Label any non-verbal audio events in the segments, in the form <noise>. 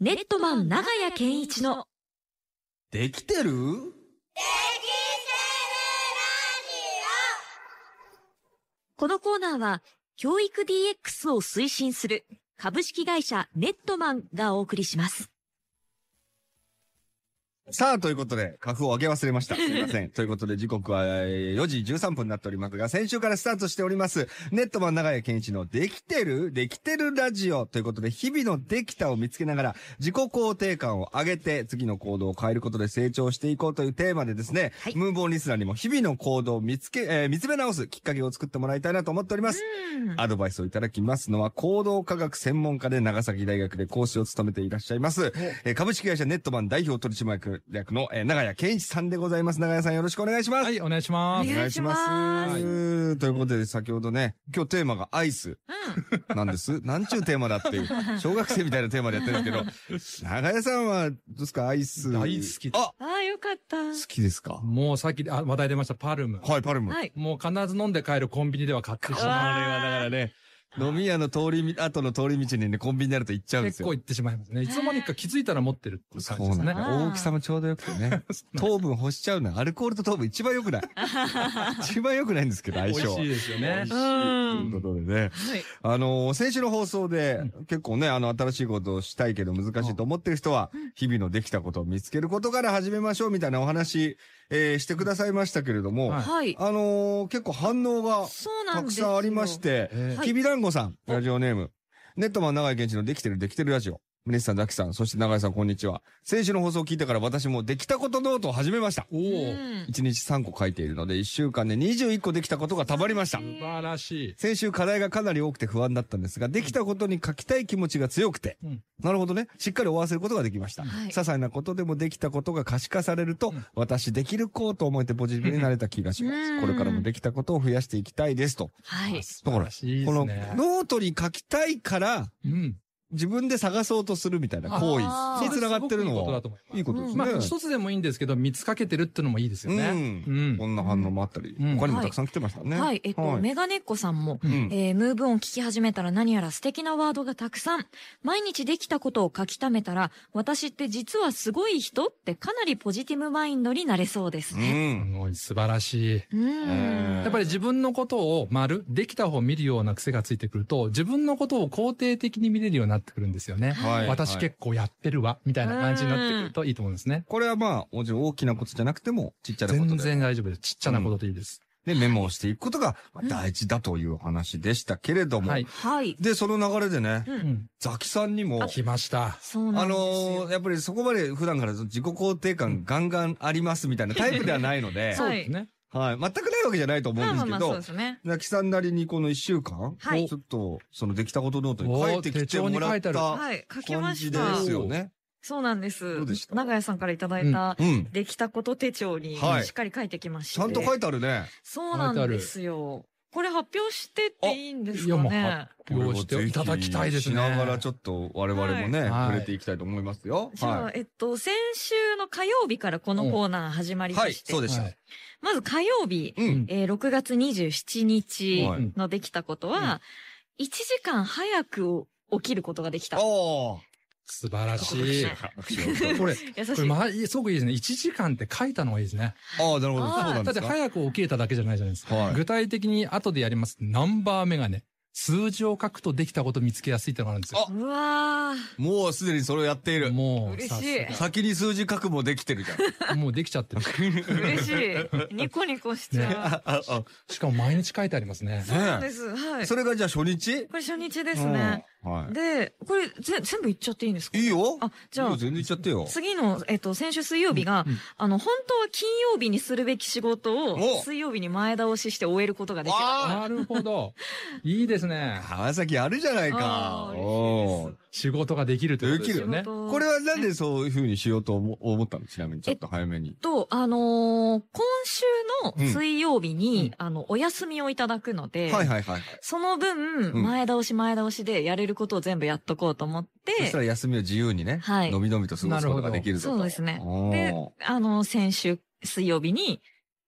ネットマン長屋健一のできてるこのコーナーは教育 DX を推進する株式会社ネットマンがお送りします。さあ、ということで、花粉を上げ忘れました。すみません。 <laughs> ということで、時刻はえー4時13分になっておりますが、先週からスタートしております、ネットマン長屋健一のできてるできてるラジオということで、日々のできたを見つけながら、自己肯定感を上げて、次の行動を変えることで成長していこうというテーマでですね、はいムーブオンリスナーにも日々の行動を見つけ、えー見つめ直すきっかけを作ってもらいたいなと思っております。 <laughs> アドバイスをいただきますのは、行動科学専門家で長崎大学で講師を務めていらっしゃいます、えー株式会社ネットマン代表取締役の、えー長谷健一さんでございます。長谷さんよろしくお願いします。 <laughs> はい、お願いします。お願いしますお願いしますということで、先ほどね、今日テーマがアイスなんです。 <laughs> なんちゅうテーマだっていう、小学生みたいなテーマでやってるんですけど、長谷さんは、どうですか、アイス。大好きあああ、よかった。好きですかもうさっきあ話題出ました、パルム。はい、パルム。はい。もう必ず飲んで帰るコンビニでは買ってしこれまはだからね、飲み屋の通りみ、後の通り道にね、コンビニになると行っちゃう。うんです結よ構。行ってしまいますね。いつの間にか気づいたら持ってるっていうそ感うじですなね。だのね大きさもちょうどよ <laughs> くてね。糖分欲しちゃうの。アルコールと糖分一番良くない。一番良くないんですけど、相美味性は。しいですよね美味う。し。というんことでね。あのー先週の放送で、結構ね、あの、新しいことをしたいけど難しいと思ってる人は、日々のできたことを見つけることから始めましょうみたいなお話、えーしてくださいましたけれども、はいはい。あのー結構反応がそうなたんくですさよんありまし。て、えはいきびだんごさん、ラジオネーム。ネットマン長井健一のできてるできてるラジオ。峰さん、ザキさん、そして長井さん、こんにちは。先週の放送を聞いてから私もできたことノートを始めました。おうお、ん1日3個書いているので、1週間で21個できたことがたまりました。素晴らしい。先週課題がかなり多くて不安だったんですが、できたことに書きたい気持ちが強くて、うんなるほどね、しっかり終わらせることができました。はい些細なことでもできたことが可視化されると、うん私できる子と思えてポジティブになれた気がしまうす。んこれからもできたことを増やしていきたいですと。はい。だ素か晴らら、しいでこのすノね。ートに書きたいから、うん。自分で探そうとするみたいな行あ為ーに繋がってるのそれはすごくいいことだと、思いますいいことですね。まあ、一つでもいいんですけど、見つかけてるってのもいいですよう。ね。うんんこ。んな反応もあったり、うん他にもたくさん来てましたね。はい。えっと、はいメガネっ子さんも、うんえームーブオン聞き始めたら何やら素敵なワードがたくさん。毎日できたことを書き溜めたら、私って実はすごい人ってかなりポジティブマインドになれそうですうね。ん。すごい、素晴らしい。うーん。やっぱり自分のことを丸、できた方を見るような癖がついてくると、自分のことを肯定的に見れるようになってくるんですよね。はい私結構やってるわ、みたいな感じになってくるといいと思うんですね。これはまあ、もちろん大きなことじゃなくても、ちっちゃなこと全で。然大丈夫です。ちっちゃなことでいいです。で、メモをしていくことがまあ大事だという話でしたけれども。はい。はい。で、その流れでね、ううんん。ザキさんにも、あ来ました。そうなんですよ。のーやっぱりそこまで普段から自己肯定感ガンガンありますみたいなタイプではないので、はいね。はい。全くないわけじゃないと思うんまあでますあまけあそうどで、すね。ザキさんなりにこの一週間、はいちょっと、そのできたことノートに書いてきてもらっお手帳に書いてあるたはい。書き感まじしでたす。よね。そうなんです。どうでした長屋さんからいただいた、うん。できたこと手帳にはいしっかり書いてきましちて。ゃんと書いてあるね。そうなんですよ。これ発表してっていいんですかあいやね。利用していただきたいですね。これをぜひしながらちょっと我々もね、はい触れていきたいと思いますよ。じゃあ、はえい。っと、先週の火曜日からこのコーナー始まりまはい、して、そうでした。はいまず火曜日、うん。えー6月27日はいのできたことは、1時間早く起きることができた。おー素晴らしい。これ、こ優しれ、い。まあ、いいすごくいいですね。1時間って書いたのがいいですね。ああ、なるほど。あそうーなんでだっすてか。早く起きれただけじゃないじゃないですか。はい具体的に後でやります。ナンバーメガネ。数字を書くとできたこと見つけやすいってのがあるんですよ。うわー。もうすでにそれをやっている。もう、嬉しいさす先に数字書くもできてるじゃん。がもうできちゃってる。嬉しい。ニコニコしち <laughs> ゃう。あああしかも毎日書いてありま <laughs> すね。そうなんです。はい。それがじゃあ初日これ初日ですね。。うんはで、これぜ全部言っちゃっていいんですかい。いいよ。あ、じゃいいよあ、全然いっちゃってよ。次の、えっと、先週水曜日が、うんあの、本当は金曜日にするべき仕事おを、水曜日に前倒しして終えることができる。あなるほど。いいですね。川崎あるじゃないあか。ーおー仕事ができるということですよ仕ね。事これはなんでそういうふうにしようと思思ったのちなみにちょっと早めに。と、あのー今週のうん水曜日に、うんあの、お休みをいただくので、はいはいはい。その分、うん前倒し前倒しでやれることを全部やっとこうと思っそして、たら休みを自由にね、はいのびのびと過ごすことができるぞと。そうですね。おーで、あの、先週水曜日に、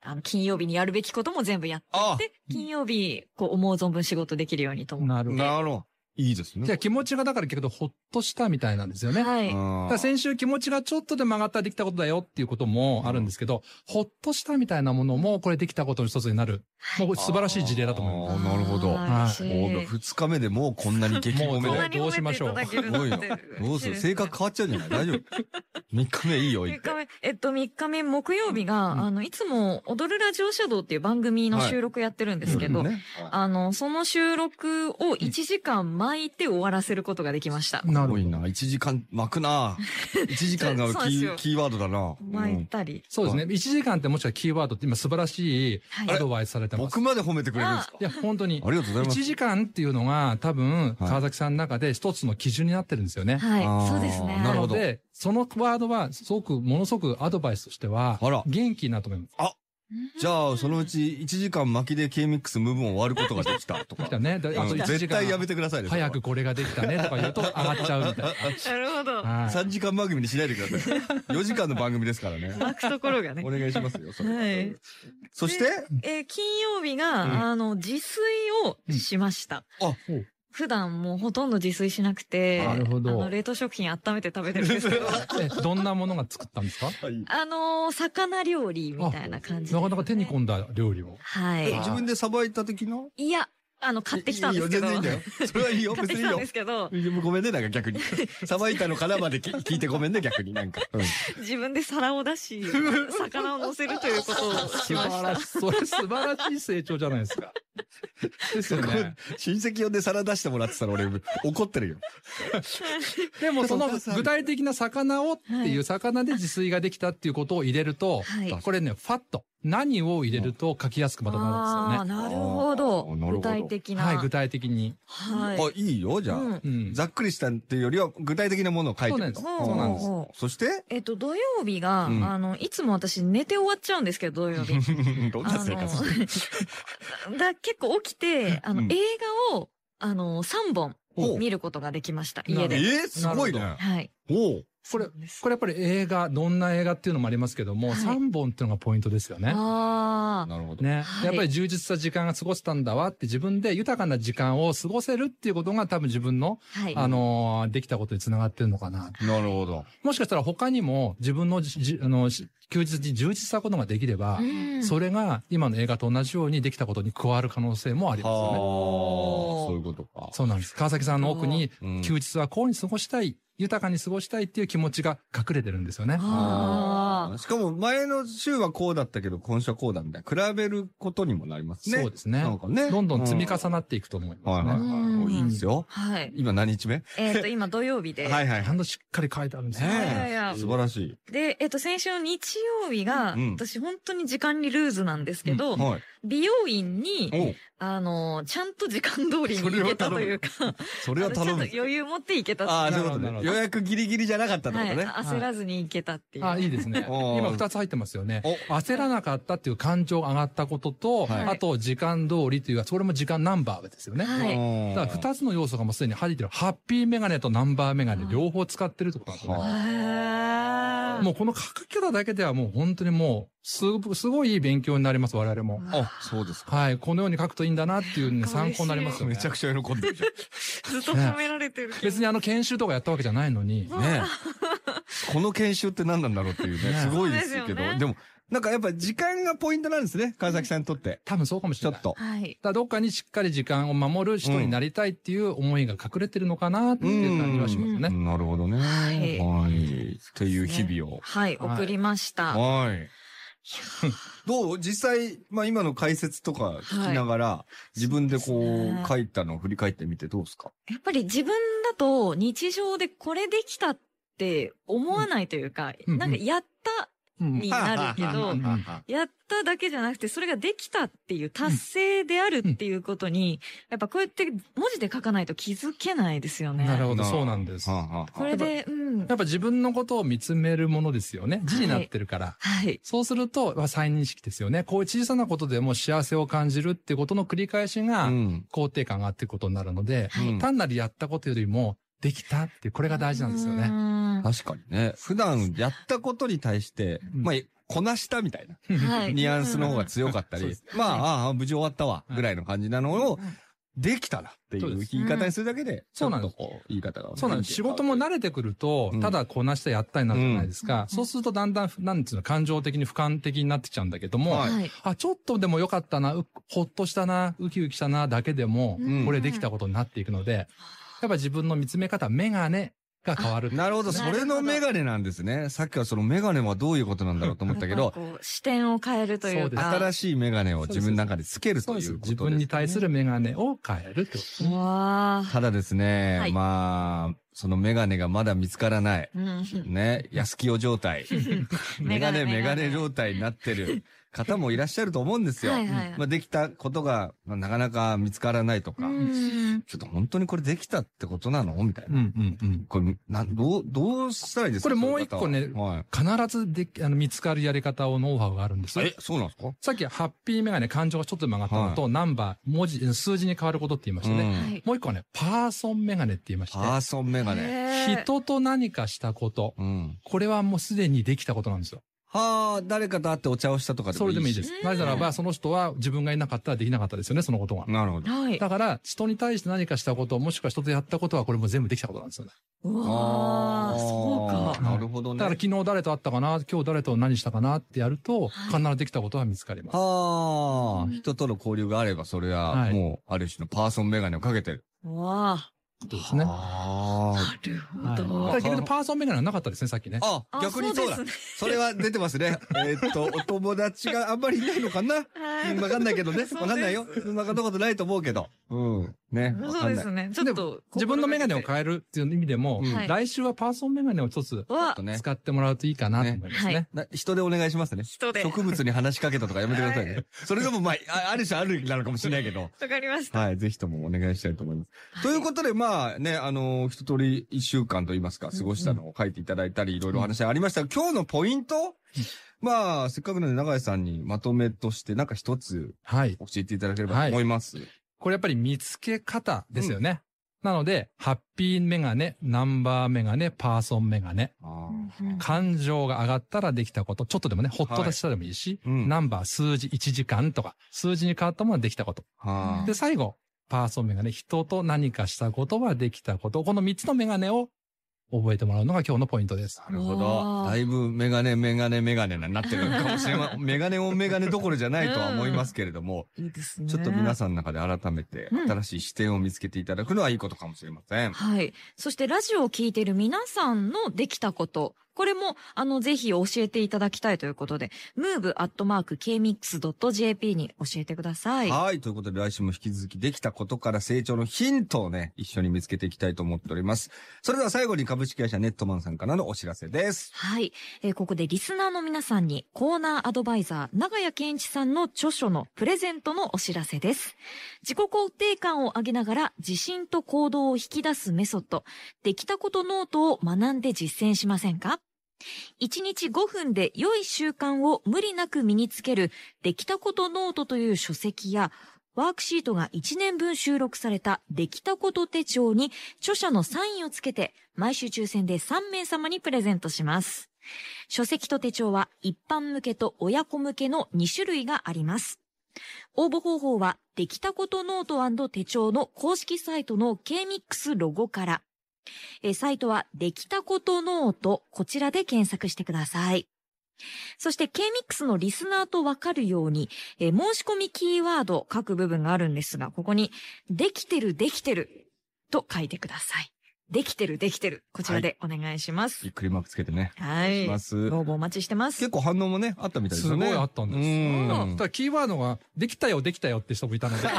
あの、金曜日にやるべきことも全部やっあて、金曜日、こう、思う存分仕事できるようにと思ってなるほど。なるほいいですね。じゃあ気持ちがだから結局ほっとしたみたいなんですよね。はい。あだーから先週気持ちがちょっとで曲がったらできたことだよっていうこともあるんですけど、ほっとしたみたいなものもこれできたことの一つになる。もう素晴らしい事例だと思います。あーなるほど。ははいいもう嬉しい。二日目でもうこんな <laughs> に激も褒うめこんだなよ。に褒めていただけるなんてどうよどうする嬉しい性格変わっちゃうんじゃない大丈夫 <laughs> ?3 日目いいよ、言っ3て日。目、えっと、3日目、木曜日が、うんあの、いつも、踊るラジオシャドウっていう番組の収録やってるんですけど、うんねあの、その収録を1時間巻いて終わらせることができました。なすごいな。1時間巻 <laughs> くな。1時間がキそうですーよキーワードだな。巻いたり。そうですね。1時間ってもしかしたらキーワードって今素晴らしいはい。アドバイスされてうんます。僕まで褒めてくれるんですかいや、本当にあ。りがとうございま1す。時間っていうのが多分、川崎さんの中で一つの基準になってるんですよね。あーはい。そうですね。なるほどので、そのワードは、すごく、ものすごくアドバイスとしてはあら、元気になると思います。うんじゃあ、そのうち1時間巻きで K-MIX ムーブン終わることができた <laughs> とでかき。たね。だうあとん1時絶間対やめてくださいね。早くこれができたねとか言うと上がっちゃうみたいなるほど。な。はい3時間番組にしないでくだ <laughs> さい。4時間の番組ですからね。巻くところがねお。願いしますよ、それはいそして、えー金曜日が、うんあの、自炊をしました。うんあほう普段もうほとんど自炊しなくて、なるほどあの、冷凍食品温めて食べてるんですけど、 <laughs> えどんなものが作ったんですかあのー魚料理みたいな感じ、なかなか手に込んだ料理を。はい。自分でさばいた時のいや、あの、買ってきたんですけど。いいよ全然いいんだよ。それはいいよ、買っ別てきにいいたんよで。すけど、 <laughs> ごめんね、なんか逆に。さばいたのかなまでき聞いてごめんね、逆になんか。うん自分で皿を出し、魚を乗せるということをし素ま晴しらた。しい。それ素晴らしい成長じゃないですか。ですよね。親戚呼んで皿出してもらってたら俺怒ってるよ。でもその具体的な魚をっていう魚で自炊ができたっていうことを入れると、はい。これね、ファット。何を入れると書きやすくまたなああー、るんでなるほあど。ーなるほど具体的すよね。な。はい、具体的に。はい。あ、いいよ、じゃあ。うんうん。ざっくりしたっていうよりは具体的なものを書いてるそうなんとですそうなんですおーそして、えっと、土曜日が、うんあの、いつも私寝て終わっちゃうんですけど、土曜日。どんあ <laughs> なの生活 <laughs> だ結構起きて、あの、うん映画を、あの、3本ほう見ることができました、なる家 <laughs> えで。ー、すごいなね。はい。おうこれそうですこれやっぱり映画、どんな映画っていうのもありますけども、はい3本っていうのがポイントですよね。ああ、なるほど。ね、はいやっぱり充実した時間が過ごせたんだわって自分で豊かな時間を過ごせるっていうことが多分自分の、はい。あのーできたことにつながってるのかな。なるほど。もしかしたら他にも自分のじじあのし休日に充実したことができれば、うんそれが今の映画と同じようにできたことに加わる可能性もありますよね。はあ、おーそういうことか。そうなんです。川崎さんの奥にうん休日はこうに過ごしたい、豊かに過ごしたいっていう気持ちが隠れてるんですよね。あーしかも前の週はこうだったけど、今週はこうだみたいな。比べることにもなりますね。そうですねなんかね。どんどん積み重ね。なっていくと思いはまいはいすね。はい。うんおいいですよ。はい。今何日目えっと、今土曜日で。はいはいちはゃい。んとしっかり書いてあるんですよ。いやいねやえ。素晴らしい。で、えっと、先週の日曜日が、うん私本当に時間にルーズなんですけど、はい。美容院に、おうあのーちゃんと時間通りに行けたというか、それはあ頼のむちゃんと。余裕持って行けたああ、ってそいういうことなるね。ほど予約ギリギリじゃなかったうとかね。はい、焦らずに行けたっていう。あ、いいですね。おー今二つ入ってますよね。お焦らなかったっていう感情が上がったことと、はいあと時間通りという、それも時間ナンバーですよね。はいうんだから二つの要素がもうすでに入ってる。ハッピーメガネとナンバーメガネ両方使ってるってことなんですよね。へーもうこの書き方だけではもう本当にもう、すご、すごいいい勉強になります、我々も。あ、そう <laughs> ですか。はい。このように書くといいんだなっていうねなんか嬉し参い考になりますよね。めちゃくちゃ喜んでるじ <laughs> ゃん。ずっと褒められてるけど。別にあの研修とかやったわけじゃないのねに、<laughs> えこの研修って何なんだろうっていうね、ねすごいですけそうど、ですよねでも、なんかやっぱ時間がポイントなんですね、川崎さんにとって。多分そうかもしちょれない。っと。はい。だからどっかにしっかり時間を守る人になりたいっていう思いが隠れてるのかなっていう感じはしますね。なるほどね。はいはい。っていう日々を。はい、はい送りました。はい。どう実際、まあ今の解説とか聞きながら、自分でそうですこねう書いたのを振り返ってみてどうですかやっぱり自分だと日常でこれできたって思わないというか、うんなんかやったうんになるけはははどは、やっただけじゃなくて、それができたっていう達成であるっていうことに、やっぱこうやって文字で書かないと気づけないですよね。なるほほど、なそうなんです。はやあはあこれで、うん。っぱ自分のことを見つめるものですよね。字になってるから。はい。そうすると、まあ再認識ですよね。こういう小さなことでも幸せを感じるっていうことの繰り返しが、うん。肯定感があっていくことになるので、はいうん単なるやったことよりも、できたっていう、これが大事なんですようね。んは確かにね。普段やったことに対して、うんまあ、こなしたみたいな。い。 <laughs> ニュアンスの方が強かったそうりで、まあ、ああ、無事終わったわ、ぐらいの感じなのをうん、できたらっていそううで言すい方にするだけで、そうなんですちょっとこう言い方が。そうなんです。仕事も慣れてくるとうん、ただこなしてやったりなるじゃないですうんうかん。そうするとだんだん、なんていうの、感情的に俯瞰的になってきちゃうんだけどもは、いはい。あ、ちょっとでも良かったな、うほっとしたな、ウキウキしたな、だけでも、んこれできたことになっていくので、やっぱ自分の見つめ方、メガネが変わる。なるほど、それのメガネなんですね。さっきはそのメガネはどういうことなんだろうと思ったなけんどか、こう視点を変えるというか。新しいメガネを自分の中でつけるそうとでいす。うこと自分に対する。るメガネを変えるってことですね。うわあ。ただですね、はいまあ、そのメガネがまだ見つからない。うん。ね、安清 <laughs> 状態。メメガガネ、ネメガネ状態になってる方もいらっしゃると思うんですよ。はいはいはいまあ、できたことが、まあなかなか見つからないとか、うんちょっと本当にこれできたってことなのみたいうんな。うんうん。これ、なん、どう、どうしたらいいですかこれもう一個ねそういう方ははい。必ずできあの見つかるやり方をノウハウがあるんです。え、そうなんですかさっきハッピーメガネ、感情がちょっと曲がったのと、ナンバー、文字、数字に変わることって言いましたね。うんはい。もう一個はね、パーソンメガネって言いましパて、ーソンメガネ。へー。人と何かしたこと、うん。これはもうすでにできたことなんですよ。はあ、誰かと会ってお茶をしたとかでそもいれいし。でもいいです。なぜならば、その人は自分がいなかったらできなかったですよね、そのことが。なるほど。はい。だから、人に対して何かしたこと、もしくは人とやったことは、これも全部できたことなんですよね。うわあ。そうか。なるほどね。だから、昨日誰と会ったかな、今日誰と何したかなってやるはと、い必ずできたことは見つかります。はうあ、ん人との交流があれば、それははいもう、ある種のパーソンメガネをかけてる。うわあ。そうですね。なるほあはい、だかどら。逆にパーソンメガネはなかったですね、さっきね。あ。あ、あ逆にそうそだ。そうですれは出てま <laughs> すね。えーっと、お友達があんまりいないのかなはいうんわかんないけどそねうで。すわかんないよ。そんなことないと思うけど。うん。ね。わそかうんでない。すね。ちょっと。自分のメガネを変えるっていう意味でも、うんはい来週はパーソンメガネを一つはと、ね。使ってもらうといいかなと思いますね。ねはいな人でお願いしますね。人で。植物に話しかけたとかやめてくださいはね。それでもまあ、あある種あるなのかもしれないけど。わかりました。はい、ぜひともお願いしたいと思います。はいということで、まあね、あのー一通り一週間と言いますか、過ごしたのを書いていただいたり、いろいろお話ありましたが、今日のポイントまあ、せっかくなので、長井さんにまとめとして、なんか一つはい。教えていただければと思います。これやっぱり見つけ方ですよね。なので、ハッピーメガネ、ナンバーメガネ、パーソンメガネ。あうん感情が上がったらできたこと、ちょっとでもね、ほっとしたでもいいし、はいうんナンバー数字1時間とか、数字に変わったものはできたこと。ーはうあんで、最後、パーソンメガネ、人と何かしたことはできたこと。この3つのメガネを覚えてもらうのが今日のポイントです。なるほわど。あだいぶメガネ、メガネ、メガネななってるかもしれません。メガネもメガネどころじゃないとは思いますけれども、いいですね。ちょっと皆さんの中で改めてうん新しい視点を見つけていただくのはいいことかもしれません。はい。そしてラジオを聞いている皆さんのできたこと。これも、あの、ぜひ教えていただきたいということで、move.kmix.jp に教えてください。はい。ということで、来週も引き続きできたことから成長のヒントをね、一緒に見つけていきたいと思っております。それでは最後に株式会社ネットマンさんからのお知らせです。はい。えーここでリスナーの皆さんにコーナーアドバイザー、長谷健一さんの著書のプレゼントのお知らせです。自己肯定感を上げながら自信と行動を引き出すメソッド、できたことノートを学んで実践しませんか ?1 日5分で良い習慣を無理なく身につける、できたことノートという書籍や、ワークシートが1年分収録されたできたこと手帳に著者のサインをつけて、毎週抽選で3名様にプレゼントします。書籍と手帳は一般向けと親子向けの2種類があります。応募方法は、できたことノート手帳の公式サイトの KMIX ロゴから。えーサイトは、できたことノート、こちらで検索してください。そして KMIX のリスナーとわかるように、えー申し込みキーワード書く部分があるんですが、ここに、できてるできてると書いてください。できてるできてる。こちらでお願いしますびっ。くりマークつけてね。はい。します。ご応募お待ちしてます結。構反応もね、あったみたいですすよね。ごいあったんです。うんただキーワードが、できたよ、できたよって人もい <laughs> たので。あ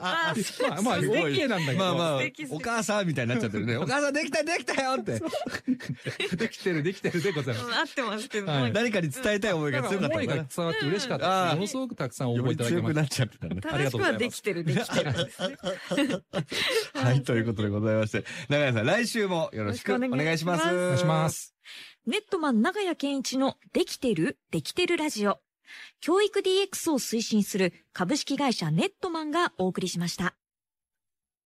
まあ、まあ、素敵 OK なんだけど。まあまあ素敵素、敵お母さんみたいになっちゃってる <laughs> ね。お母さんできたできたよって。できてる、できてるでございます。合ってますけど。はい誰かに伝えたい思いだがか強らかった思いのがかな。伝わって嬉しかったあーです。ものすごくたくさん応よ募りいただき強くましたなっちゃってたね。正しくはできてる、できてるですね。はい、ということでございまして。長谷さん、来週もよろしくおよろしくお願願いいししまますす。お願いします。ネットマン長谷健一のできてるできてるラジオ。教育 DX を推進する株式会社ネットマンがお送りしました。